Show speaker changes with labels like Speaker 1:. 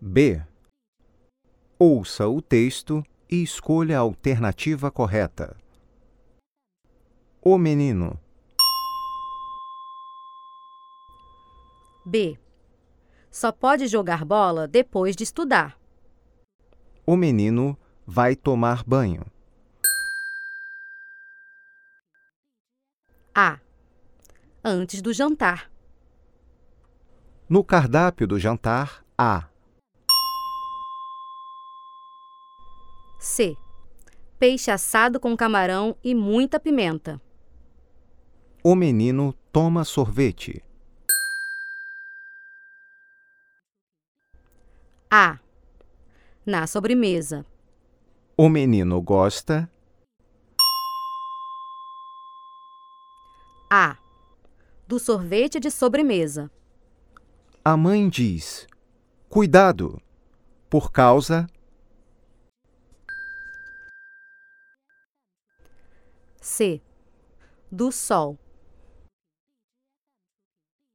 Speaker 1: B. Ouça o texto e escolha a alternativa correta. O menino.
Speaker 2: B. Só pode jogar bola depois de estudar.
Speaker 1: O menino vai tomar banho.
Speaker 2: A. Antes do jantar.
Speaker 1: No cardápio do jantar há
Speaker 2: C. Peixe assado com camarão e muita pimenta.
Speaker 1: O menino toma sorvete.
Speaker 2: A. Na sobremesa.
Speaker 1: O menino gosta.
Speaker 2: A. Do sorvete de sobremesa.
Speaker 1: A mãe diz: Cuidado! Por causa.
Speaker 2: C. Do sol.